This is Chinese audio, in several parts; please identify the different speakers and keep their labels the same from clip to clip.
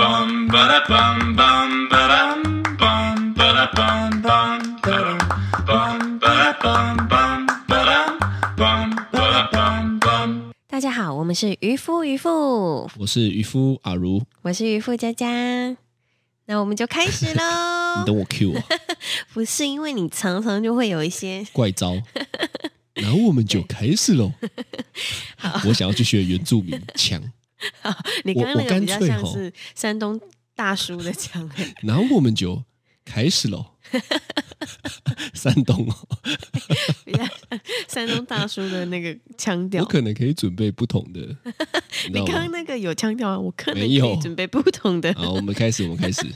Speaker 1: bum ba da bum bum ba dum bum ba da bum bum ba dum bum ba da bum bum ba dum bum ba da bum bum.
Speaker 2: 大家好，我们是渔夫渔妇，
Speaker 3: 我是渔夫阿如，
Speaker 2: 我是渔夫佳佳。那我们就开始
Speaker 3: 你
Speaker 2: 喽。
Speaker 3: 等我 Q
Speaker 2: 哦
Speaker 3: 啊，
Speaker 2: 不是因为你常常就会有一些
Speaker 3: 怪招。 然后我们就开始喽。我想要去学原住民腔，
Speaker 2: 你刚刚
Speaker 3: 我
Speaker 2: 那
Speaker 3: 我
Speaker 2: 个比较
Speaker 3: 干脆
Speaker 2: 像
Speaker 3: 吼
Speaker 2: 是山东大叔的腔、欸，
Speaker 3: 然后我们就开始 喽。山东哦，
Speaker 2: 比较像 山东大叔的那个腔
Speaker 3: 我
Speaker 2: 调。
Speaker 3: 可能可以准备不同 的，你知
Speaker 2: 你
Speaker 3: 道
Speaker 2: 刚刚
Speaker 3: 吗？
Speaker 2: 那个有腔调啊，我可能可
Speaker 3: 没有啊
Speaker 2: 以准备不同的。
Speaker 3: 好，我们开始，我们开始。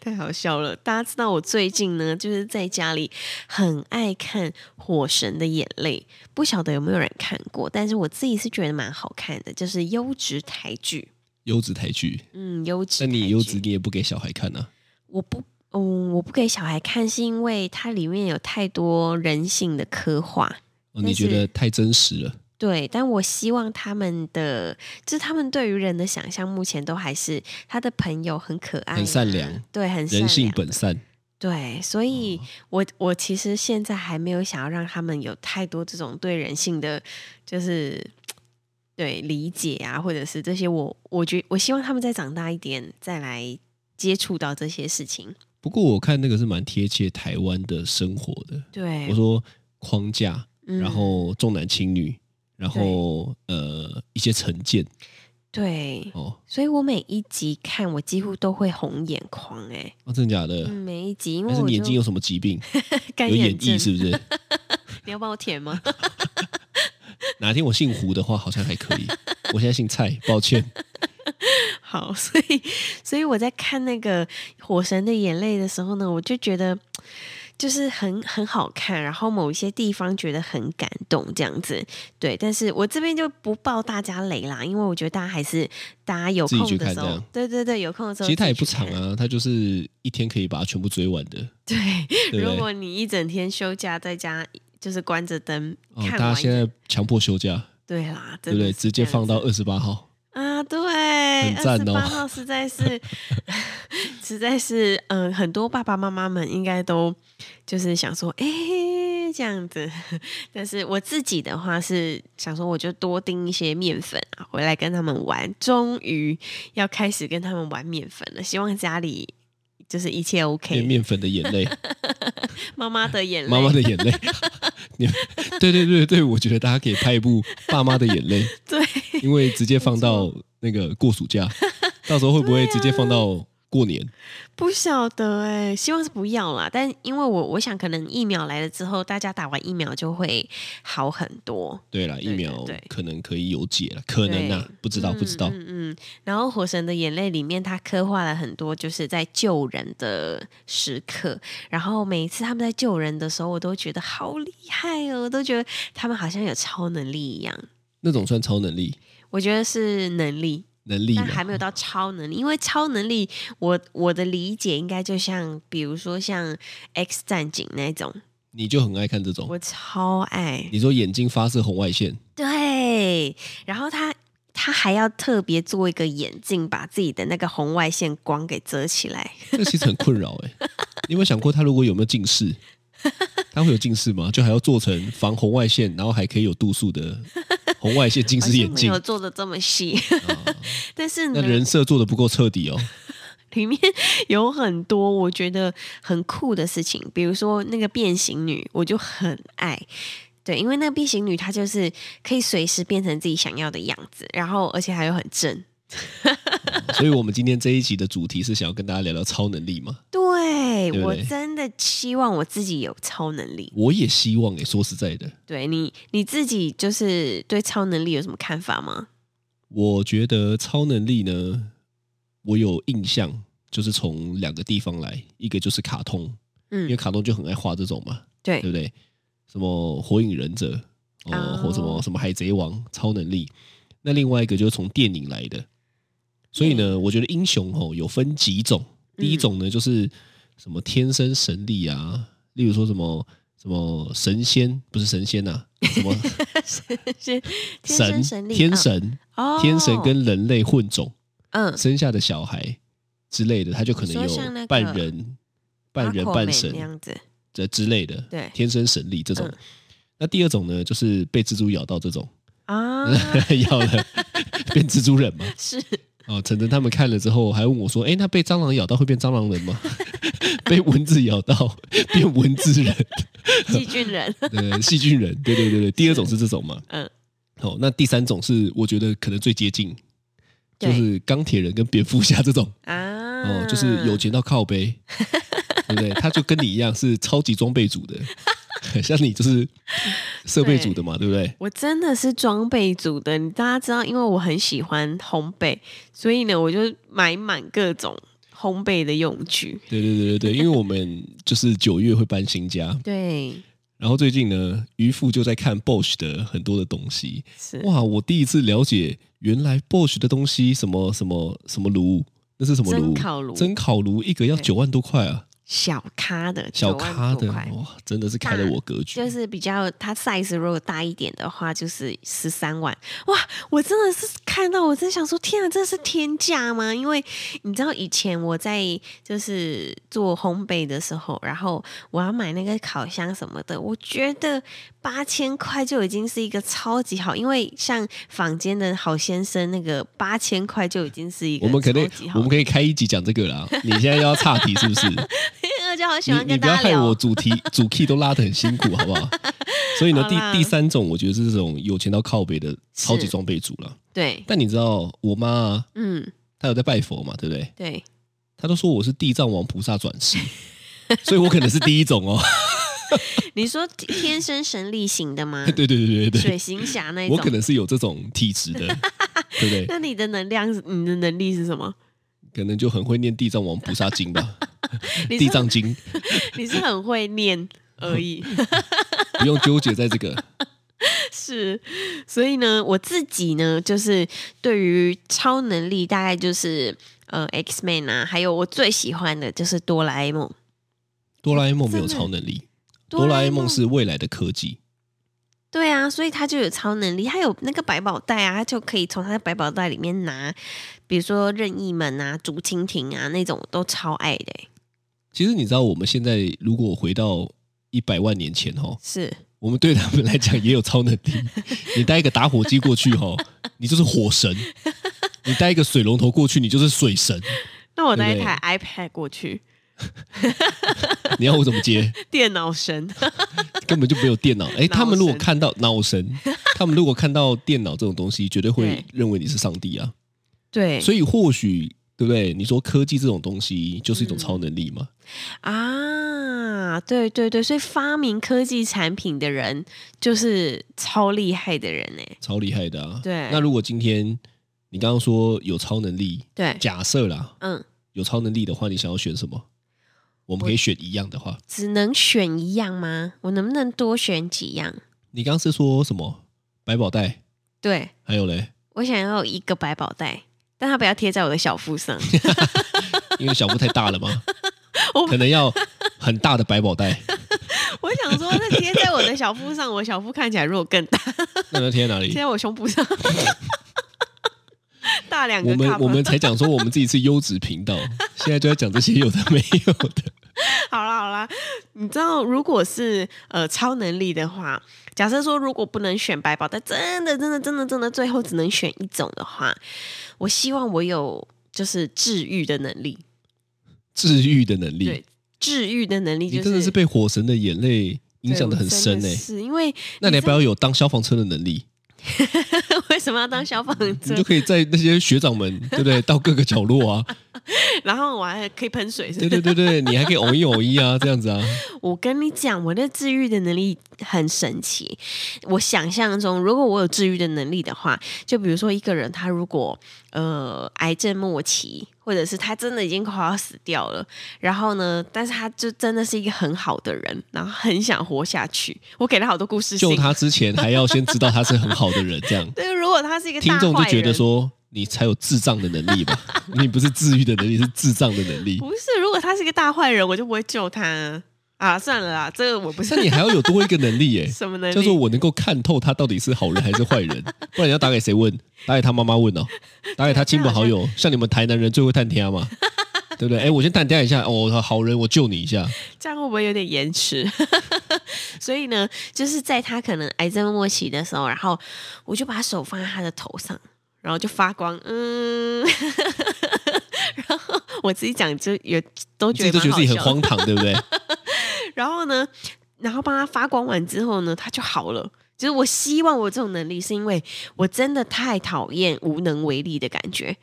Speaker 2: 太好笑了！大家知道我最近呢，就是在家里很爱看《火神的眼泪》，不晓得有没有人看过，但是我自己是觉得蛮好看的，就是优质台剧。
Speaker 3: 优质台剧，
Speaker 2: 嗯，优质。
Speaker 3: 那你优质，你也不给小孩看啊？
Speaker 2: 我不，嗯，我不给小孩看，是因为它里面有太多人性的刻画。
Speaker 3: 哦，
Speaker 2: 但
Speaker 3: 你觉
Speaker 2: 是
Speaker 3: 得太真实了？
Speaker 2: 对，但我希望他们的，就是他们对于人的想象，目前都还是他的朋友很可爱、啊
Speaker 3: 很善良，
Speaker 2: 对，很善
Speaker 3: 人性
Speaker 2: 良
Speaker 3: 本哦善，
Speaker 2: 对，所以我我其实现在还没有想要让他们有太多这种对人性的，就是对理解啊，或者是这些我我觉我希望他们再长大一点再来接触到这些事情。
Speaker 3: 不过我看那个是蛮贴切台湾的生活的。
Speaker 2: 对，
Speaker 3: 我说框架，
Speaker 2: 嗯
Speaker 3: 然后重男轻女，然后呃一些成见
Speaker 2: 对，
Speaker 3: 哦，
Speaker 2: 所以我每一集看我几乎都会红眼眶哎、
Speaker 3: 哦真的假的？
Speaker 2: 嗯，每一集因为
Speaker 3: 但是
Speaker 2: 我
Speaker 3: 你
Speaker 2: 就
Speaker 3: 眼睛有什么疾病？
Speaker 2: 干
Speaker 3: 有眼
Speaker 2: 症
Speaker 3: 翳是，不是？
Speaker 2: 你要帮我舔吗？
Speaker 3: 哪天我姓胡的话，好像还可以。我现在姓蔡，抱歉。
Speaker 2: 好，所以所以我在看那个《火神的眼泪》的时候呢，我就觉得就是很很好看，然后某一些地方觉得很感动这样子。对，但是我这边就不爆大家雷啦，因为我觉得大家还是大家有
Speaker 3: 自己去
Speaker 2: 空的
Speaker 3: 看
Speaker 2: 时
Speaker 3: 这
Speaker 2: 候
Speaker 3: 样，
Speaker 2: 对对对，有空的时
Speaker 3: 其
Speaker 2: 候
Speaker 3: 实它也
Speaker 2: 自己
Speaker 3: 不
Speaker 2: 去
Speaker 3: 长
Speaker 2: 看。
Speaker 3: 啊，它就是一天可以把它全部追完的，
Speaker 2: 对，
Speaker 3: 对
Speaker 2: 如
Speaker 3: 不对？
Speaker 2: 果你一整天休假在家，就是关着灯、
Speaker 3: 哦，
Speaker 2: 看
Speaker 3: 大
Speaker 2: 完
Speaker 3: 家
Speaker 2: 一，
Speaker 3: 现在强迫休假，
Speaker 2: 对啦，
Speaker 3: 对
Speaker 2: 对
Speaker 3: 不对？直接放到二十八号，
Speaker 2: 啊，对，
Speaker 3: 很
Speaker 2: 二
Speaker 3: 赞
Speaker 2: 十
Speaker 3: 哦
Speaker 2: 八号实在是， 实在是，嗯，很多爸爸妈妈们应该都就是想说，哎、这样子。 但是我自己的话是想说，我就多订一些面粉啊，回来跟他们玩。终于要开始跟他们玩面粉了，希望家里就是一切
Speaker 3: 面
Speaker 2: OK。
Speaker 3: 面粉的 眼泪，
Speaker 2: 妈妈的眼泪，
Speaker 3: 妈妈的眼 泪。 你们对对对对，我觉得大家可以拍一部《爸妈的眼泪》。
Speaker 2: 对，
Speaker 3: 因为直接放到那个过暑 假，到时候会不会直接放
Speaker 2: 啊
Speaker 3: 到过年？
Speaker 2: 不晓得哎、希望是不要啦。但因为我我想，可能疫苗来了之后，大家打完疫苗就会好很多。
Speaker 3: 对啦，
Speaker 2: 对
Speaker 3: 疫苗
Speaker 2: 对对
Speaker 3: 可能可以有解了，可能啊
Speaker 2: 对，
Speaker 3: 不知道，不知道。
Speaker 2: 嗯嗯嗯。然后《火神的眼泪》里面，他刻画了很多就是在救人的时刻。然后每一次他们在救人的时候，我都觉得好厉害哦，我都觉得他们好像有超能力一样。
Speaker 3: 那种算超能力，
Speaker 2: 我觉得是能力，
Speaker 3: 能力嗯
Speaker 2: 但还
Speaker 3: 嘛，
Speaker 2: 没有到超能力，因为超能力，我我的理解应该就像，比如说像《X 战警》那种，
Speaker 3: 你就很爱看这种。
Speaker 2: 我超爱。
Speaker 3: 你说眼睛发射红外线，
Speaker 2: 对，然后他他还要特别做一个眼镜，把自己的那个红外线光给遮起来。
Speaker 3: 这其实很困扰哎、你有没有想过，他如果有没有近视？他会有近视吗？就还要做成防红外线，然后还可以有度数的红外线近
Speaker 2: 好
Speaker 3: 视
Speaker 2: 像
Speaker 3: 眼
Speaker 2: 没
Speaker 3: 镜
Speaker 2: 有。做的这么细，
Speaker 3: 啊
Speaker 2: 但是
Speaker 3: 那
Speaker 2: 呢，
Speaker 3: 人设做的不够彻底哦。
Speaker 2: 里面 有很多我觉得很酷的事情，比如说那个变形女，我就很爱。对，因为那个变形女她就是可以随时变成自己想要的样子，然后而且还有很正。
Speaker 3: 所以我们今天这一集的主题是想要跟大家聊聊超能力嘛。
Speaker 2: 对
Speaker 3: 对不
Speaker 2: 我
Speaker 3: 对
Speaker 2: 真的期望我自己有超能力。
Speaker 3: 我也希望诶、说实在的，
Speaker 2: 对你你自己就是对超能力有什么看法吗？
Speaker 3: 我觉得超能力呢，我有印象，就是从两个地方来，一个就是卡通，因为
Speaker 2: 嗯，
Speaker 3: 卡通就很爱画这种嘛，
Speaker 2: 对
Speaker 3: 对不对？什么火影忍者，哦、
Speaker 2: 哦
Speaker 3: 或什么什么海贼王超能力。那另外一个就是从电影来的，所以
Speaker 2: 嗯
Speaker 3: 呢，我觉得英雄哦有分几种，第一种呢就是什么天生神力啊，例如说什么什么神仙，不是神仙呐、什么
Speaker 2: 是天生
Speaker 3: 神
Speaker 2: 神力，
Speaker 3: 天
Speaker 2: 嗯
Speaker 3: 神，
Speaker 2: 哦，
Speaker 3: 天神跟人类混种，
Speaker 2: 嗯，
Speaker 3: 生下的小孩之类的，他就可能
Speaker 2: 你说像那个
Speaker 3: 有半人、半人半
Speaker 2: 阿孔美那
Speaker 3: 神
Speaker 2: 样 子，
Speaker 3: 的之类的，
Speaker 2: 对
Speaker 3: 天生神力这种。
Speaker 2: 嗯
Speaker 3: 那第二种呢，就是被蜘蛛咬到这种，
Speaker 2: 啊，
Speaker 3: 咬了变蜘蛛人嘛。
Speaker 2: 是
Speaker 3: 哦，晨晨他们看了之后还问我说：“哎，那被蟑螂咬到会变蟑螂人吗？ 被蚊子咬到 变蚊子人？
Speaker 2: 细菌 人，
Speaker 3: 呃，细菌人？对对对对，第二种是这种嘛。
Speaker 2: 嗯，
Speaker 3: 哦，那第三种是我觉得可能最接近，就
Speaker 2: 对
Speaker 3: 是钢铁人跟蝙蝠侠这种。
Speaker 2: 啊，
Speaker 3: 哦，就是有钱到靠背，对不对？他就跟你一样是超级装备组的， 像你就是设备组的嘛，对不对？
Speaker 2: 我真的是装备组的，你大家知道，因为我很喜欢烘焙，所以呢，我就买满各种烘焙的用具。
Speaker 3: 对对对对对，因为我们就是九月会搬新家，
Speaker 2: 对，
Speaker 3: 然后最近呢，渔夫就在看 Bosch 的很多的东西。
Speaker 2: 是
Speaker 3: 哇，我第一次了解原来 Bosch 的东西什么什么什么炉，那是什么炉？
Speaker 2: 蒸烤炉
Speaker 3: 蒸烤炉一个要
Speaker 2: 对
Speaker 3: 九万多块啊，
Speaker 2: 小咖的，
Speaker 3: 小
Speaker 2: 9万
Speaker 3: 咖
Speaker 2: 多
Speaker 3: 的
Speaker 2: 块
Speaker 3: 哇，真的是开了我格局。
Speaker 2: 就是比较它 size 如果大一点的话，就是十三万。哇，我真的是看到，我真想说，天啊，这是天价吗？因为你知道以前我在就是做烘焙的时候，然后我要买那个烤箱什么的，我觉得八千块就已经是一个超级好，因为像坊间的好先生那个八千块就已经是一个
Speaker 3: 我们可
Speaker 2: 超
Speaker 3: 以
Speaker 2: 级，好
Speaker 3: 我们可以开一集讲这个啦。你现在又要岔题是不是？
Speaker 2: 我就 好喜
Speaker 3: 你
Speaker 2: 欢
Speaker 3: 你
Speaker 2: 跟
Speaker 3: 不
Speaker 2: 大
Speaker 3: 要
Speaker 2: 家
Speaker 3: 害
Speaker 2: 聊
Speaker 3: 我主题主 key 都拉得很辛苦，好不好？所以呢，
Speaker 2: 好
Speaker 3: 第
Speaker 2: 啦
Speaker 3: 第三种我觉得是这种有钱到靠北的超级
Speaker 2: 是
Speaker 3: 装备族了。
Speaker 2: 对，
Speaker 3: 但你知道我妈啊，
Speaker 2: 嗯，
Speaker 3: 她有在拜佛嘛，对不对？
Speaker 2: 对，
Speaker 3: 她都说我是地藏王菩萨转 世，所以我可能是第一种哦。
Speaker 2: 你说天生神力型的 吗？
Speaker 3: 对对对对对
Speaker 2: 水
Speaker 3: 对，
Speaker 2: 行侠那一
Speaker 3: 我
Speaker 2: 种。
Speaker 3: 可能是有这种体质的，对不对？
Speaker 2: 那你的能量是，你的能力是什么？
Speaker 3: 可能就很会念地藏王菩萨经吧，
Speaker 2: 你是
Speaker 3: 地藏经
Speaker 2: 你是很会念而 已，
Speaker 3: 不用纠结在这个。
Speaker 2: 是。所以呢，我自己呢，就是对于超能力，大概就是呃，X Man 啊，还有我最喜欢的就是哆啦 A 梦。
Speaker 3: 哆啦 A 梦没有
Speaker 2: 真的
Speaker 3: 超能力，哆啦 A 梦是未来的科技。
Speaker 2: 对啊，所以他就有超能力，他有那个百宝袋啊，他就可以从他的百宝袋里面拿，比如说任意门啊、竹蜻蜓啊那种，我都超爱的欸、
Speaker 3: 其实你知道，我们现在如果回到一百万年前哦，
Speaker 2: 是
Speaker 3: 我们对他们来讲也有超能力。你带一个打火机过去哦，你就是火神；你带一个水龙头过去，你就是水神。
Speaker 2: 那我带
Speaker 3: 对
Speaker 2: 一
Speaker 3: 不
Speaker 2: 台 iPad 过去，
Speaker 3: 你要我怎么接？
Speaker 2: 电脑神
Speaker 3: 根本就没有电脑。
Speaker 2: 脑
Speaker 3: 哎，
Speaker 2: 神
Speaker 3: 他们如果看到脑神， 他们如果看到电脑这种东西，绝对会
Speaker 2: 对
Speaker 3: 认为你是上帝啊。
Speaker 2: 对
Speaker 3: 所以或许。对不对？你说科技这种东西就是一种超能力
Speaker 2: 嗯
Speaker 3: 嘛？
Speaker 2: 啊，对对对，所以发明科技产品的人就是超厉害的人呢。欸
Speaker 3: 超厉害的啊！
Speaker 2: 对
Speaker 3: 那如果今天你刚刚说有超能力，
Speaker 2: 对，
Speaker 3: 假设啦，
Speaker 2: 嗯，
Speaker 3: 有超能力的话，你想要选什么？我们可以选一样的话。
Speaker 2: 只能选一样吗？我能不能多选几样？
Speaker 3: 你刚刚是说什么？百宝袋，
Speaker 2: 对
Speaker 3: 还有嘞，
Speaker 2: 我想要有一个百宝袋，但它不要贴在我的小腹 上。
Speaker 3: 因为小腹太大 了嘛
Speaker 2: 我，
Speaker 3: 可能要很大的百宝袋。
Speaker 2: 我想说，那贴在我的小腹上，我小腹看起来如果更
Speaker 3: 哎
Speaker 2: 大，
Speaker 3: 那要贴在哪里
Speaker 2: 贴？在我胸部上， 大两个
Speaker 3: 我
Speaker 2: cup。
Speaker 3: 们我们才讲说我们自己是优质频道，现在就在讲这些有的没有的。
Speaker 2: 好啦好啦，你知道，如果是呃超能力的话，假设说如果不能选百宝袋，真的真的真的真的最后只能选一种的话，我希望我有就是治愈的能力。
Speaker 3: 治愈的能力
Speaker 2: 对，治愈的能力就
Speaker 3: 你
Speaker 2: 是
Speaker 3: 真的是被火神的眼泪影响的很深
Speaker 2: 呢、我
Speaker 3: 呢、
Speaker 2: 真的是因为
Speaker 3: 那你还
Speaker 2: 知
Speaker 3: 不要有当消防车的能力，
Speaker 2: 道 为什么要当消防
Speaker 3: 你
Speaker 2: 车
Speaker 3: 就？可以在那些学长们，对不对？到各个角落 啊，
Speaker 2: 然后我还可以喷水，是不
Speaker 3: 对
Speaker 2: 是
Speaker 3: 对对对，你还可以偶一偶一啊，这样子啊。
Speaker 2: 我跟你讲，我的治愈的能力很神奇。我想象中，如果我有治愈的能力的话，就比如说一个人他如果呃癌症末期，或者是他真的已经快要死掉了，然后呢，但是他就真的是一个很好的人，然后很想活下去。我给他好多故事性
Speaker 3: 救。他之前还要先知道他是很好的人，这 样
Speaker 2: 对，如果他是一个
Speaker 3: 听
Speaker 2: 大
Speaker 3: 众就
Speaker 2: 坏
Speaker 3: 觉得
Speaker 2: 人
Speaker 3: 说你才有智障的能力吧？ 你不是治愈的能力，是智障的能力。
Speaker 2: 不是，如果他是一个大坏人，我就不会救他啊、啊，算了啦，这个我不是
Speaker 3: 但你还要有多一个能力耶、欸
Speaker 2: 什么能力，
Speaker 3: 叫做我能够看透他到底是好人还是坏 人，不然你要打给谁问？打给他妈妈问哦，打给他亲朋好
Speaker 2: 啊
Speaker 3: 友，像你们台南人最会探听 啊嘛，对不对？哎，我先探听一下，哦，好人，我救你一下，
Speaker 2: 这样会不会有点延迟？ 所以呢，就是在他可能癌症末期的时候，然后我就把手放在他的头上，然后就发光，嗯， 然后我自己讲就也都
Speaker 3: 自
Speaker 2: 觉
Speaker 3: 己
Speaker 2: 得
Speaker 3: 都觉得自
Speaker 2: 蛮好
Speaker 3: 己很
Speaker 2: 笑的
Speaker 3: 荒唐，对不对？
Speaker 2: 然后呢，然后帮他发光完之后呢，他就好了。就是我希望我这种能力，是因为我真的太讨厌无能为力的感觉，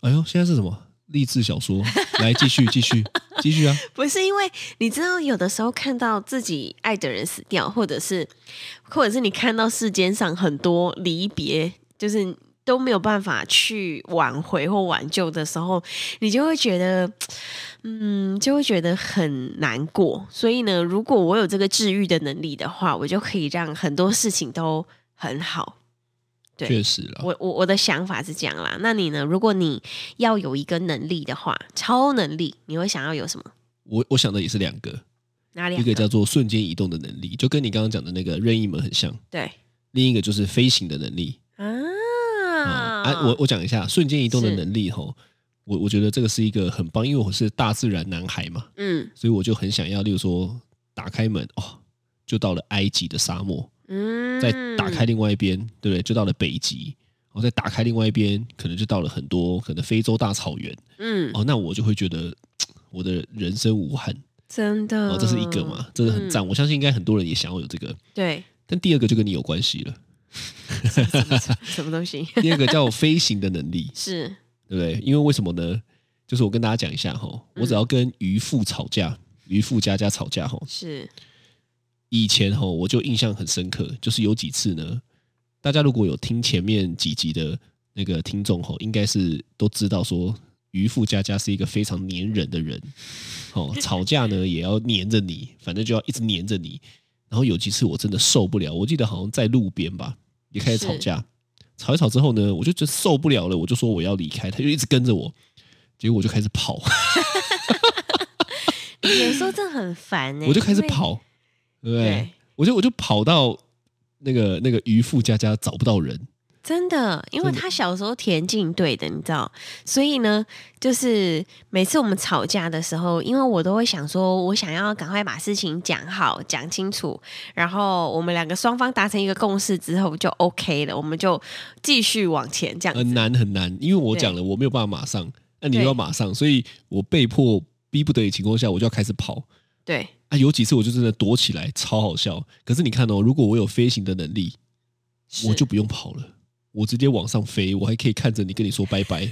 Speaker 3: 哎呦，现在是什么励志小说？来，继续，继 续，继续啊！
Speaker 2: 不是因为你知道，有的时候看到自己爱的人死掉，或者是，或者是你看到世间上很多离别，就是都没有办法去挽回或挽救的时候，你就会觉得，嗯，就会觉得很难过。所以呢，如果我有这个治愈的能力的话，我就可以让很多事情都很好。对
Speaker 3: 确实啦，
Speaker 2: 我我我的想法是这样啦。那你呢？如果你要有一个能力的话，超能力，你会想要有什么？
Speaker 3: 我我想的也是两个，
Speaker 2: 哪里？
Speaker 3: 一个叫做瞬间移动的能力，就跟你刚刚讲的那个任意门很像；
Speaker 2: 对
Speaker 3: 另一个就是飞行的能力。
Speaker 2: 啊，
Speaker 3: 啊，啊我我讲一下瞬间移动的能力吼，我我觉得这个是一个很棒，因为我是大自然男孩嘛，
Speaker 2: 嗯
Speaker 3: 所以我就很想要，例如说打开门哦，就到了埃及的沙漠，
Speaker 2: 嗯，
Speaker 3: 再打开另外一边，对不对？就到了北极，然后再打开另外一边，可能就到了很多可能非洲大草原
Speaker 2: 嗯，
Speaker 3: 哦，那我就会觉得我的人生无憾
Speaker 2: 真的，
Speaker 3: 哦，这是一个嘛，这个很赞，我相信应该很多人也想要有这个。
Speaker 2: 对，
Speaker 3: 但第二个就跟你有关系了，
Speaker 2: 什么东西
Speaker 3: 第二个叫飞行的能力，
Speaker 2: 是
Speaker 3: 对不对？因为为什么呢？就是我跟大家讲一下哈，我只要跟渔夫吵架，渔夫家家吵架哈，
Speaker 2: 是，
Speaker 3: 以前哈我就印象很深刻，就是有几次呢，大家如果有听前面几集的那个听众哈，应该是都知道说渔夫家家是一个非常粘人的人， 哦，吵架呢也要粘着你，反正就要一直粘着你。然后有几次我真的受不了，我记得好像在路边吧，也开始吵架，吵一吵之后呢，我就觉得受不了了，我就说我要离开，他就一直跟着我，结果我就开始跑，
Speaker 2: 有时候真的很烦呢、
Speaker 3: 我就开始
Speaker 2: 因为，
Speaker 3: 跑，对不对
Speaker 2: 对，
Speaker 3: 我就我就跑到那个那个渔夫家家找不到人，
Speaker 2: 真的，因为
Speaker 3: 真的
Speaker 2: 他小时候田径队的，你知道，所以呢，就是每次我们吵架的时候，因为我都会想说，我想要赶快把事情讲好、讲清楚，然后我们两个双方达成一个共识之后就 OK 了，我们就继续往前这样子。
Speaker 3: 很难很难，因为我
Speaker 2: 对
Speaker 3: 讲了我没有办法马上，那你又
Speaker 2: 对
Speaker 3: 要马上，所以我被迫逼不得已情况下，我就要开始跑
Speaker 2: 对，
Speaker 3: 啊。有几次我就真的躲起来，超好笑。可是你看哦，如果我有飞行的能力，
Speaker 2: 是
Speaker 3: 我就不用跑了。我直接往上飞，我还可以看着你跟你说拜拜，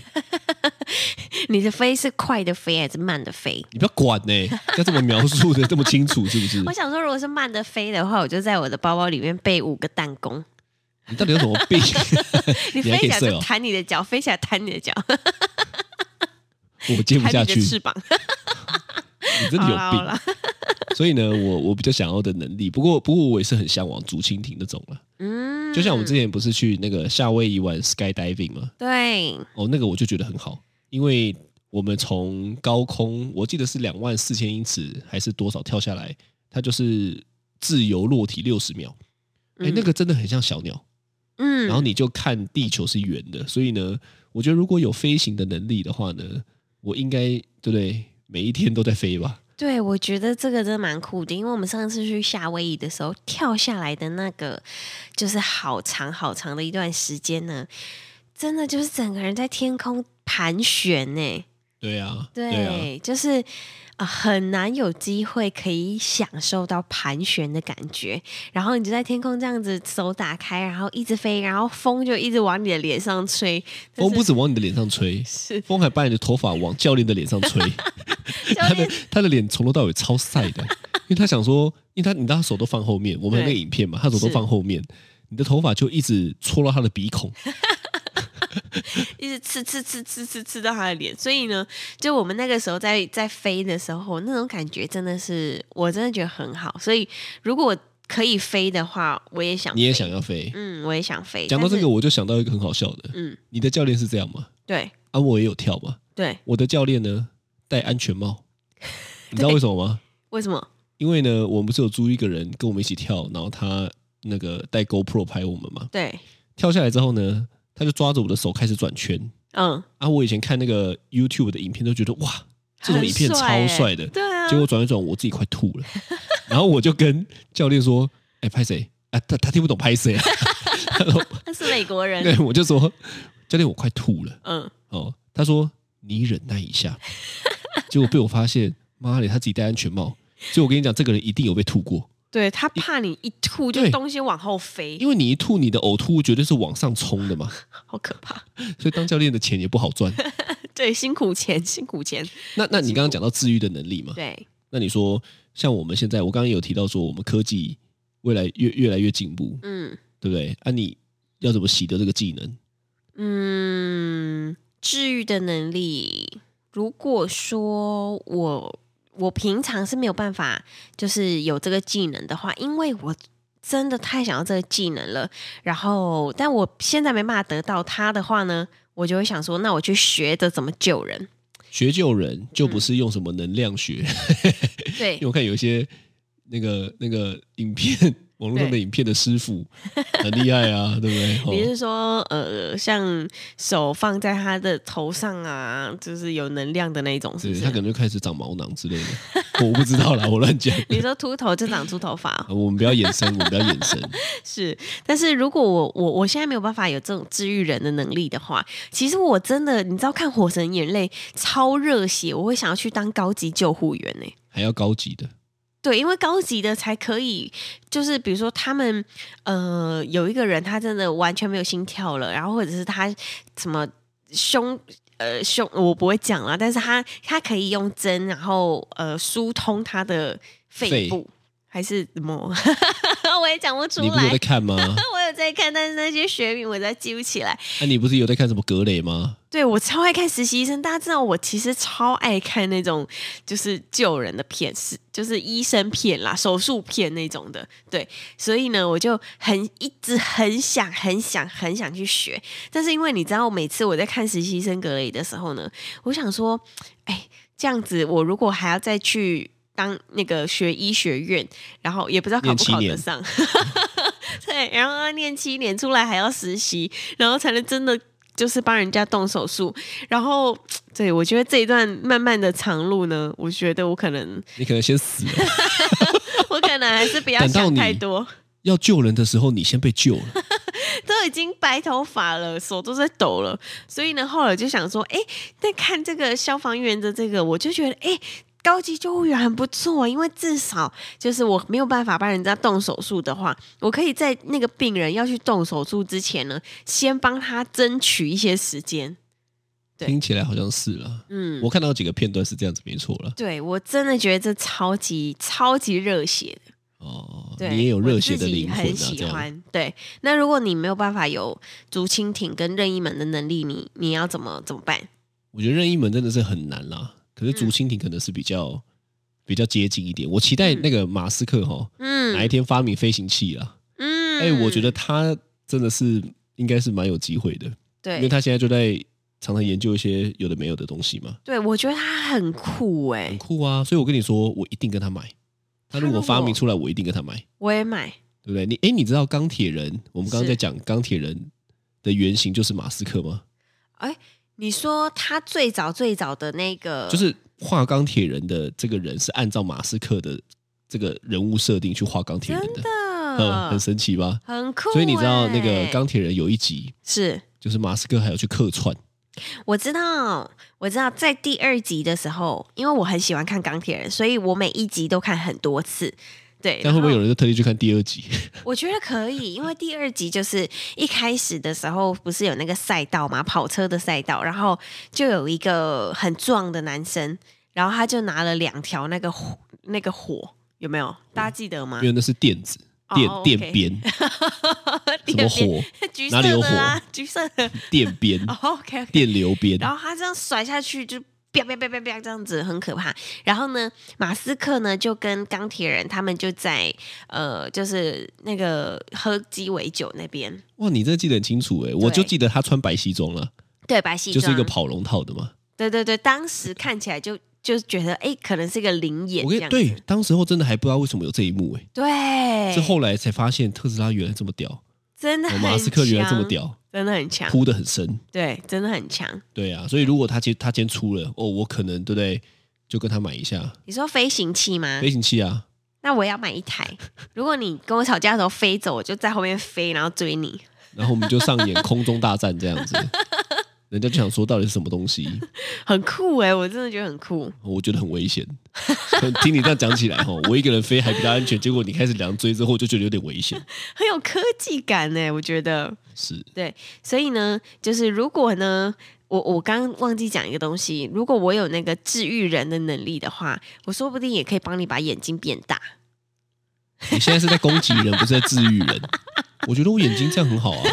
Speaker 2: 你的飞是快的飞还是慢的飞？
Speaker 3: 你不要管呢、要这么描述的这么清楚是不是？
Speaker 2: 我想说，如果是慢的飞的话，我就在我的包包里面备五个弹弓。
Speaker 3: 你到底有什么病？
Speaker 2: 你
Speaker 3: 你
Speaker 2: 飞
Speaker 3: 还可以
Speaker 2: 起来
Speaker 3: 射
Speaker 2: 就
Speaker 3: 哦
Speaker 2: 弹你的脚，飞起来弹你的 脚，
Speaker 3: 我接不
Speaker 2: 弹
Speaker 3: 下
Speaker 2: 你
Speaker 3: 去，
Speaker 2: 的
Speaker 3: 你
Speaker 2: 翅膀。
Speaker 3: 真的
Speaker 2: 好
Speaker 3: 有
Speaker 2: 啦
Speaker 3: 病
Speaker 2: 好。啦，
Speaker 3: 所以呢，我我比较想要的能力，不过不过我也是很向往竹蜻蜓那种了。
Speaker 2: 嗯，
Speaker 3: 就像我之前不是去那个夏威夷玩 skydiving 嘛，
Speaker 2: 对，
Speaker 3: 哦，那个我就觉得很好，因为我们从高空，我记得是两万四千英尺还是多少跳下来，它就是自由落体六十秒，哎、
Speaker 2: 嗯
Speaker 3: 那个真的很像小鸟。
Speaker 2: 嗯，
Speaker 3: 然后你就看地球是圆的，所以呢，我觉得如果有飞行的能力的话呢，我应该对不对？每一天都在飞吧。
Speaker 2: 对，我觉得这个真的蛮酷的，因为我们上次去夏威夷的时候，跳下来的那个就是好长好长的一段时间呢，真的就是整个人在天空盘旋呢。
Speaker 3: 对啊，
Speaker 2: 对，
Speaker 3: 啊。
Speaker 2: 就是、呃、很难有机会可以享受到盘旋的感觉，然后你就在天空这样子手打开，然后一直飞，然后风就一直往你的脸上吹，真
Speaker 3: 风
Speaker 2: 是
Speaker 3: 不止往你的脸上吹，
Speaker 2: 是
Speaker 3: 风还把你的头发往教练的脸上 吹，
Speaker 2: 教
Speaker 3: 他的
Speaker 2: 练
Speaker 3: 他的脸从头到尾超晒的，因为他想说，因为他你知道他手都放后面，我们有那个
Speaker 2: 对
Speaker 3: 影片嘛，他手都
Speaker 2: 是
Speaker 3: 放后面，你的头发就一直戳到他的鼻孔，
Speaker 2: 一直刺刺刺刺刺刺到他的脸，所以呢，就我们那个时候在在飞的时候，那种感觉真的是我真的觉得很好，所以如果可以飞的话，我也想，
Speaker 3: 你也想，要飞。
Speaker 2: 嗯，我也想飞。
Speaker 3: 讲到
Speaker 2: 但
Speaker 3: 这
Speaker 2: 是
Speaker 3: 个，我就想到一个很好笑的，
Speaker 2: 嗯，
Speaker 3: 你的教练是这样吗？
Speaker 2: 对
Speaker 3: 啊，我也有跳嘛，
Speaker 2: 对，
Speaker 3: 我的教练呢戴安全帽，你知道为什么吗？
Speaker 2: 为什么？
Speaker 3: 因为呢，我们不是有租一个人跟我们一起跳，然后他那个带 GoPro 拍我们嘛，
Speaker 2: 对，
Speaker 3: 跳下来之后呢，他就抓着我的手开始转圈
Speaker 2: 嗯，
Speaker 3: 啊。我以前看那个 YouTube 的影片都觉得哇，这种影片
Speaker 2: 很帅
Speaker 3: 超
Speaker 2: 欸
Speaker 3: 帅的，
Speaker 2: 对啊，
Speaker 3: 结果转一转，我自己快吐了。然后我就跟教练说：“哎、拍谁？啊，他他听不懂拍谁啊。
Speaker 2: 他是美国”人，
Speaker 3: 对，我就说：“教练，我快吐了。
Speaker 2: 嗯，”
Speaker 3: 哦，他说：“你忍耐一下。”结果被我发现，妈的，他自己戴安全帽。所以我跟你讲，这个人一定有被吐过，
Speaker 2: 对他怕你一吐就
Speaker 3: 对
Speaker 2: 东西往后飞，
Speaker 3: 因为你一吐，你的呕吐物绝对是往上冲的嘛。
Speaker 2: 好可怕。
Speaker 3: 所以当教练的钱也不好赚。
Speaker 2: 对，辛苦钱，辛苦钱，
Speaker 3: 那那你刚刚讲到治愈的能力嘛？
Speaker 2: 对，
Speaker 3: 那你说，像我们现在，我刚刚有提到说，我们科技未来越越来越进步，
Speaker 2: 嗯
Speaker 3: 对不对？啊，你要怎么习得这个技能？
Speaker 2: 嗯，治愈的能力，如果说我我平常是没有办法，就是有这个技能的话，因为我。真的太想要这个技能了，然后但我现在没办法得到它的话呢，我就会想说，那我去学着怎么救人。
Speaker 3: 学救人就不是用什么能量学，
Speaker 2: 对
Speaker 3: 因为，我看有一些那个那个影片，网络上的
Speaker 2: 对
Speaker 3: 影片的师傅很厉害啊，对不
Speaker 2: 你
Speaker 3: 对？哦，
Speaker 2: 是说，呃，像手放在他的头上啊，就是有能量的那一种，是不
Speaker 3: 对
Speaker 2: 是
Speaker 3: 他？可能就开始长毛囊之类的，我不知道啦，我乱讲。
Speaker 2: 你说秃头就长出头发哦、
Speaker 3: 啊我们不要衍生，我们不要衍生。
Speaker 2: 是，但是如果我我我现在没有办法有这种治愈人的能力的话，其实我真的，你知道看《火神眼泪》超热血，我会想要去当高级救护员欸呢、
Speaker 3: 还要高级的，
Speaker 2: 对，因为高级的才可以，就是比如说他们呃有一个人他真的完全没有心跳了，然后或者是他什么胸呃胸我不会讲啦，但是他他可以用针然后呃疏通他的肺
Speaker 3: 肺
Speaker 2: 部还是怎么， 我也讲不出
Speaker 3: 你不是有在
Speaker 2: 来。
Speaker 3: 看吗？
Speaker 2: 我有在看，但是那些学名我在记不起来。
Speaker 3: 那、啊你不是有在看什么格雷吗？
Speaker 2: 对我超爱看实习医生，大家知道我其实超爱看那种就是救人的片，是就是医生片啦、手术片那种的。对，所以呢，我就很一直很想、很想、很想去学。但是因为你知道，每次我在看实习生格雷的时候呢，我想说，哎，这样子我如果还要再去当那个学医学院，然后也不知道考
Speaker 3: 念
Speaker 2: 不
Speaker 3: 七
Speaker 2: 考得
Speaker 3: 年
Speaker 2: 上。 对，然后要念七年出来还要实习，然后才能真的就是帮人家动手术。然后，对我觉得这一段漫漫的长路呢，我觉得我可能
Speaker 3: 你可能先死了。
Speaker 2: 我可能还是不要
Speaker 3: 等到
Speaker 2: 想
Speaker 3: 你
Speaker 2: 太多，
Speaker 3: 要救人的时候，你先被救了。
Speaker 2: 都已经白头发了，手都在抖了。所以呢，后来就想说，哎，在看这个消防员的这个，我就觉得，哎。高级救护员很不错，因为至少就是我没有办法帮人家动手术的话，我可以在那个病人要去动手术之前呢，先帮他争取一些时间。对
Speaker 3: 听起来好像是啦。
Speaker 2: 嗯，
Speaker 3: 我看到几个片段是这样子，没错啦。
Speaker 2: 对我真的觉得这超级超级热血的，
Speaker 3: 哦，
Speaker 2: 对，
Speaker 3: 你也有热血
Speaker 2: 我
Speaker 3: 的
Speaker 2: 自己
Speaker 3: 灵魂
Speaker 2: 很
Speaker 3: 啊，
Speaker 2: 喜
Speaker 3: 这样。
Speaker 2: 欢。对，那如果你没有办法有竹蜻蜓跟任意门的能力，你你要怎么怎么办？
Speaker 3: 我觉得任意门真的是很难啦，可是竹
Speaker 2: 嗯
Speaker 3: 蜻蜓可能是比较、比较接近一点。我期待
Speaker 2: 嗯
Speaker 3: 那个马斯克哈、哪一
Speaker 2: 嗯
Speaker 3: 天发明飞行器啦。
Speaker 2: 嗯，
Speaker 3: 哎、我觉得他真的是应该是蛮有机会的，因为
Speaker 2: 对
Speaker 3: 他现在就在常常研究一些有的没有的东西嘛，
Speaker 2: 对，我觉得他很酷哎、
Speaker 3: 很酷啊。所以我跟你说，我一定跟他买。他
Speaker 2: 他
Speaker 3: 如
Speaker 2: 如
Speaker 3: 果
Speaker 2: 果
Speaker 3: 发明出来，我一定跟他买，
Speaker 2: 我也买，
Speaker 3: 对不对？你哎、你知道钢铁人？我们刚刚
Speaker 2: 是
Speaker 3: 在讲钢铁人的原型就是马斯克吗？
Speaker 2: 哎、你说他最早最早的那个
Speaker 3: 就是画钢铁人的这个人是按照马斯克的这个人物设定去画钢铁人的，嗯，
Speaker 2: 的
Speaker 3: 很神奇吧？
Speaker 2: 很酷、
Speaker 3: 所以你知道那个
Speaker 2: 哎
Speaker 3: 钢铁人有一集
Speaker 2: 是
Speaker 3: 就是马斯克还有去客串，
Speaker 2: 我知道，我知道，在第二集的时候，因为我很喜欢看钢铁人，所以我每一集都看很多次。对，
Speaker 3: 但会不会有
Speaker 2: 然
Speaker 3: 人就特地去看第二集？
Speaker 2: 后我觉得可以，因为第二集就是一开始的时候，不是有那个赛道嘛，跑车的赛道，然后就有一个很壮的男生，然后他就拿了两条那个火，那个火有没有？大家记得吗
Speaker 3: 因？为那是电子
Speaker 2: 哦
Speaker 3: 电
Speaker 2: ，OK
Speaker 3: 电鞭，什 么火
Speaker 2: 橘色
Speaker 3: 哪里有
Speaker 2: 的啊，橘色的。
Speaker 3: 电鞭
Speaker 2: OK，
Speaker 3: 电流鞭，
Speaker 2: 哦然后他这样甩下去就。啪啪啪啪啪，这样子很可怕。然后呢，马斯克呢就跟钢铁人他们就在呃，就是那个喝鸡尾酒那边，
Speaker 3: 哇，你真的记得很清楚哎！我就记得他穿白西装了，
Speaker 2: 对白西
Speaker 3: 就
Speaker 2: 装，
Speaker 3: 是一个跑龙套的嘛。
Speaker 2: 对对对，当时看起来就就是觉得哎，可能是个灵眼
Speaker 3: 我
Speaker 2: 这
Speaker 3: 跟你
Speaker 2: 样子
Speaker 3: 对，当时候真的还不知道为什么有这一幕、欸，
Speaker 2: 对，
Speaker 3: 哎，是后来才发现特斯拉原来这么屌，
Speaker 2: 真的
Speaker 3: 哦
Speaker 2: 很
Speaker 3: 马斯克原来这么
Speaker 2: 强，
Speaker 3: 屌，
Speaker 2: 真的很强，
Speaker 3: 铺的很深，
Speaker 2: 对，真的很强。
Speaker 3: 对啊，所以如果他今他今天出了，哦，我可能对不对，就跟他买一下
Speaker 2: 你说飞行器吗？
Speaker 3: 飞行器啊，
Speaker 2: 那我也要买一台。如果你跟我吵架的时候飞走，我就在后面飞，然后追你。
Speaker 3: 然后我们就上演空中大战这样 子，人家就想说到底是什么东西，
Speaker 2: 很酷哎、我真的觉得很酷。
Speaker 3: 我觉得很危险。听你这样讲起来哦吼，我一个人飞还比较安全，结果你开始两追之后，我就觉得有点危险。
Speaker 2: 很有科技感呢、我觉得。
Speaker 3: 是，
Speaker 2: 所以呢，就是如果呢，我我刚忘记讲一个东西，如果我有那个治愈人的能力的话，我说不定也可以帮你把眼睛变大。
Speaker 3: 你现在是在攻击人，不是在治愈人。我觉得我眼睛这样很好啊。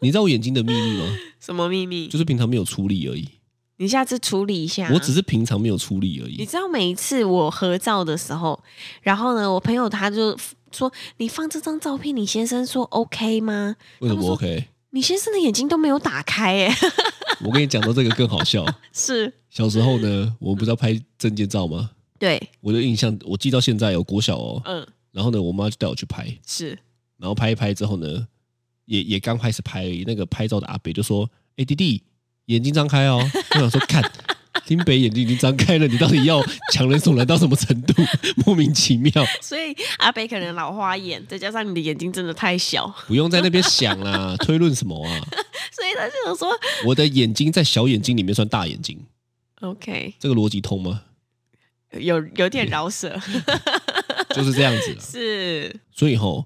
Speaker 3: 你知道我眼睛的秘密吗？
Speaker 2: 什么秘密？
Speaker 3: 就是平常没有出力而已，
Speaker 2: 你下次处理一下。
Speaker 3: 我只是平常没有出力而
Speaker 2: 啊你
Speaker 3: 已。
Speaker 2: 知道每一次我合照的时候，然后呢，我朋友他就说：“你放这张照片，你先生说 OK 吗
Speaker 3: 为
Speaker 2: 他
Speaker 3: 什
Speaker 2: 们
Speaker 3: 么
Speaker 2: 说
Speaker 3: OK？？”
Speaker 2: 你先生的眼睛都没有打开耶，
Speaker 3: 我跟你讲到这个更好笑。
Speaker 2: 是
Speaker 3: 小时候呢，我们不是要拍证件照吗？
Speaker 2: 对，
Speaker 3: 我的印象，我记到现在有国小哦。
Speaker 2: 嗯，
Speaker 3: 然后呢，我妈就带我去拍，
Speaker 2: 是
Speaker 3: 然后拍一拍之后呢，也也刚开始拍而已，那个拍照的阿北就说：“哎、弟弟，眼睛 张开哦。”我想说，看林北眼睛已经张开了，你到底要强人所难到什么程度？ 莫名其妙，
Speaker 2: 所以阿北可能老花眼，再加上你的眼睛真的太小，
Speaker 3: 不用在那边想啦，推论什么啊？
Speaker 2: 所以他就想说
Speaker 3: 我的眼睛在小眼睛里面算大眼睛，
Speaker 2: OK，
Speaker 3: 这个逻辑通吗？
Speaker 2: 有有点饶舌，
Speaker 3: 就是这样子啦。
Speaker 2: 是
Speaker 3: 所以吼，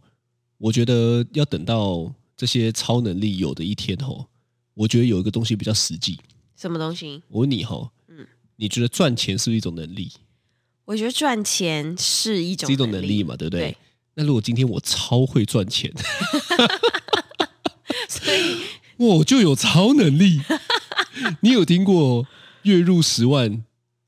Speaker 3: 我觉得要等到这些超能力有的一天吼，我觉得有一个东西比较实际。
Speaker 2: 什么东西？
Speaker 3: 我问你吼，
Speaker 2: 嗯
Speaker 3: 你觉得赚钱是不是一种能力？
Speaker 2: 我觉得赚钱是一种
Speaker 3: 是一种能力嘛，对不对？
Speaker 2: 对
Speaker 3: 那如果今天我超会赚钱，
Speaker 2: 所以
Speaker 3: 我就有超能 力。你有听过月入十万，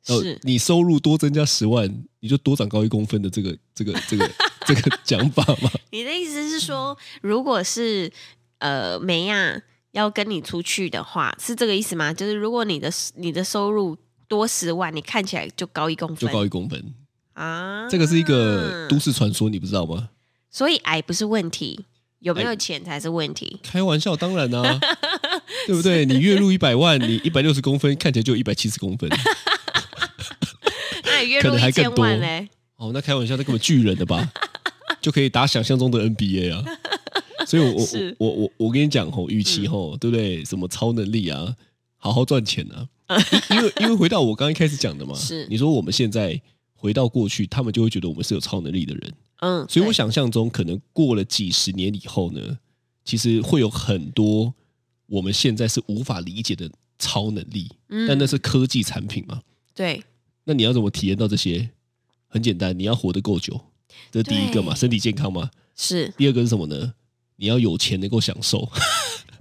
Speaker 3: 呃
Speaker 2: 是
Speaker 3: 你收入多增加十万，你就多长高一公分的这个这个这个这个讲 法吗？
Speaker 2: 你的意思是说，如果是呃梅亚要跟你出去的话，是这个意思吗？就是如果你的你的收入多十万，你看起来就高一公
Speaker 3: 就
Speaker 2: 分
Speaker 3: 高一公分，
Speaker 2: 啊。
Speaker 3: 这个是一个都，市传说，你不知道吗？
Speaker 2: 所以矮不是问题，有没有
Speaker 3: 矮
Speaker 2: 钱才是问题。
Speaker 3: 开玩笑，当然 啊，对不对？你月入一百万，你一百六十公分，看起来就一百七十公 分。
Speaker 2: 那你月
Speaker 3: 可
Speaker 2: 入
Speaker 3: 能
Speaker 2: 一
Speaker 3: 还
Speaker 2: 千
Speaker 3: 更多
Speaker 2: 万嘞？
Speaker 3: 哦，那开玩笑，那根本巨人的吧，就可以打想象中的 NBA 啊。所以我，我
Speaker 2: 是嗯
Speaker 3: 我我我我跟你讲吼，与其吼，对不对？什么超能力啊，好好赚钱 啊，因因为因为回到我刚刚一开始讲的嘛，
Speaker 2: 是
Speaker 3: 你说我们现在回到过去，他们就会觉得我们是有超能力的人，
Speaker 2: 嗯，
Speaker 3: 所以我
Speaker 2: 对
Speaker 3: 想象中可能过了几十年以后呢，其实会有很多我们现在是无法理解的超能力，
Speaker 2: 嗯
Speaker 3: 但那是科技产品嘛，
Speaker 2: 对
Speaker 3: 那你要怎么体验到这些？很简单，你要活得够久，这是第一个嘛，
Speaker 2: 对
Speaker 3: 身体健康嘛。
Speaker 2: 是
Speaker 3: 第二个是什么呢？你要有钱能够享受，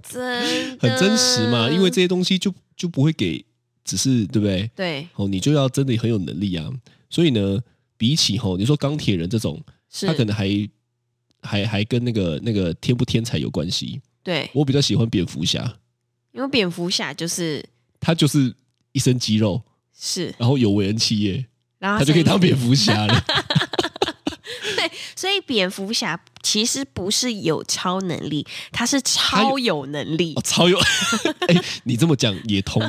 Speaker 2: 真
Speaker 3: 很
Speaker 2: 的
Speaker 3: 真实嘛。因为这些东西就就不会给，只是对不对？
Speaker 2: 对
Speaker 3: 哦，你就要真的很有能力啊。所以呢，比起吼、你说钢铁人这种，
Speaker 2: 是
Speaker 3: 他可能还还还跟那个那个天不天才有关系。
Speaker 2: 对，
Speaker 3: 我比较喜欢蝙蝠侠，
Speaker 2: 因为蝙蝠侠就是
Speaker 3: 他就是一身肌肉，
Speaker 2: 是，
Speaker 3: 然后有为人企业，
Speaker 2: 然后
Speaker 3: 他就可以
Speaker 2: 啊所
Speaker 3: 当蝙蝠 侠了。
Speaker 2: 所以蝙蝠侠其实不是有超能力，他是超有能力
Speaker 3: 哦，。超有，哎、你这么讲也通，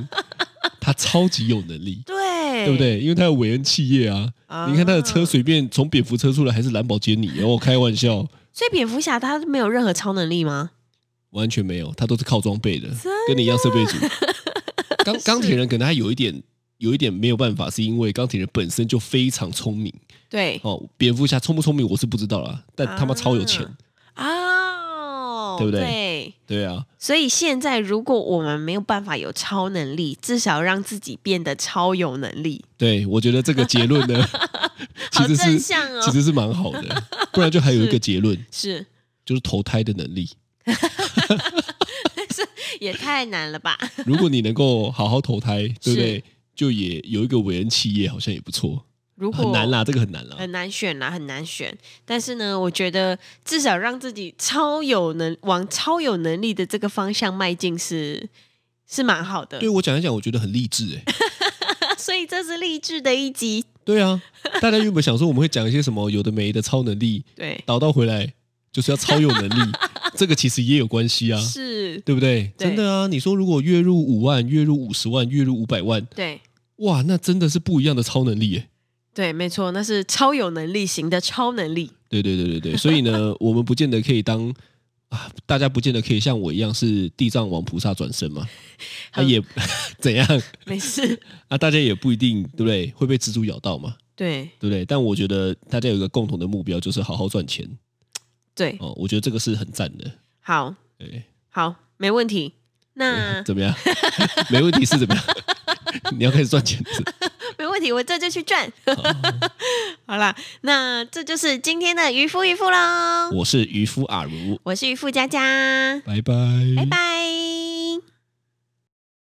Speaker 3: 他超级有能力，
Speaker 2: 对，
Speaker 3: 对不？对？因为他有韦恩企业啊，
Speaker 2: 啊
Speaker 3: 你看他的车随便从蝙蝠车出来还是兰博基尼， 我、开玩笑，
Speaker 2: 所以蝙蝠侠他没有任何超能力吗？
Speaker 3: 完全没有，他都是靠装备的
Speaker 2: 的，
Speaker 3: 跟你一样设 备组。钢钢铁人可能还有一点。有一点没有办法，是因为钢铁人本身就非常聪明
Speaker 2: 对
Speaker 3: 哦。蝙蝠侠聪不聪明我是不知道啦，
Speaker 2: 啊
Speaker 3: 但他妈超有钱，
Speaker 2: 哦，
Speaker 3: 对不对
Speaker 2: 对
Speaker 3: 对啊，
Speaker 2: 所以现在如果我们没有办法有超能力，至少让自己变得超有能力，
Speaker 3: 对，我觉得这个结论 呢，其
Speaker 2: 好
Speaker 3: 实
Speaker 2: 正
Speaker 3: 是
Speaker 2: 向哦。
Speaker 3: 其实是蛮好的，不然就还有一个
Speaker 2: 是
Speaker 3: 结论，
Speaker 2: 是
Speaker 3: 就是投胎的能力。
Speaker 2: 也太难了吧？
Speaker 3: 如果你能够好好投胎，对不
Speaker 2: 是
Speaker 3: 对？就也有一个伟人企业，好像也不错。
Speaker 2: 如果
Speaker 3: 很难啦，这个很难啦。
Speaker 2: 很难选啦，很难选。但是呢，我觉得至少让自己超有能往超有能力的这个方向迈进是是蛮好的
Speaker 3: 对。我讲一讲，我觉得很励志 哎、
Speaker 2: 所以这是励志的一集。
Speaker 3: 对啊，大家原本想说我们会讲一些什么有的没的超能力，
Speaker 2: 对，
Speaker 3: 倒到回来就是要超有 能力，这个其实也有关系啊，
Speaker 2: 是，
Speaker 3: 对不对？
Speaker 2: 对
Speaker 3: 真的啊，你说如果月入五万、月入五十万、月入五百万，
Speaker 2: 对，
Speaker 3: 哇，那真的是不一样的超能力耶！
Speaker 2: 对，没错，那是超有能力型的超能力。
Speaker 3: 对对对对对，所以呢，我们不见得可以当啊，大家不见得可以像我一样是地藏王菩萨转身嘛，啊
Speaker 2: 嗯
Speaker 3: 也 怎样
Speaker 2: 没事，
Speaker 3: 啊，大家也不一定对不对？会被蜘蛛咬到嘛，
Speaker 2: 对
Speaker 3: 对不对？但我觉得大家有一个共同的目标，就是好好赚钱
Speaker 2: 对，
Speaker 3: 哦，我觉得这个是很赞的，
Speaker 2: 好
Speaker 3: 对，
Speaker 2: 好，没问题。那
Speaker 3: 怎么样？没问题是怎么样？ 你要开始赚钱是？
Speaker 2: 没问题，我这就去赚。
Speaker 3: 哦
Speaker 2: 好啦，那这就是今天的渔夫渔夫喽。
Speaker 3: 我是渔夫阿如，
Speaker 2: 我是渔夫佳佳，
Speaker 3: 拜拜
Speaker 2: 拜拜。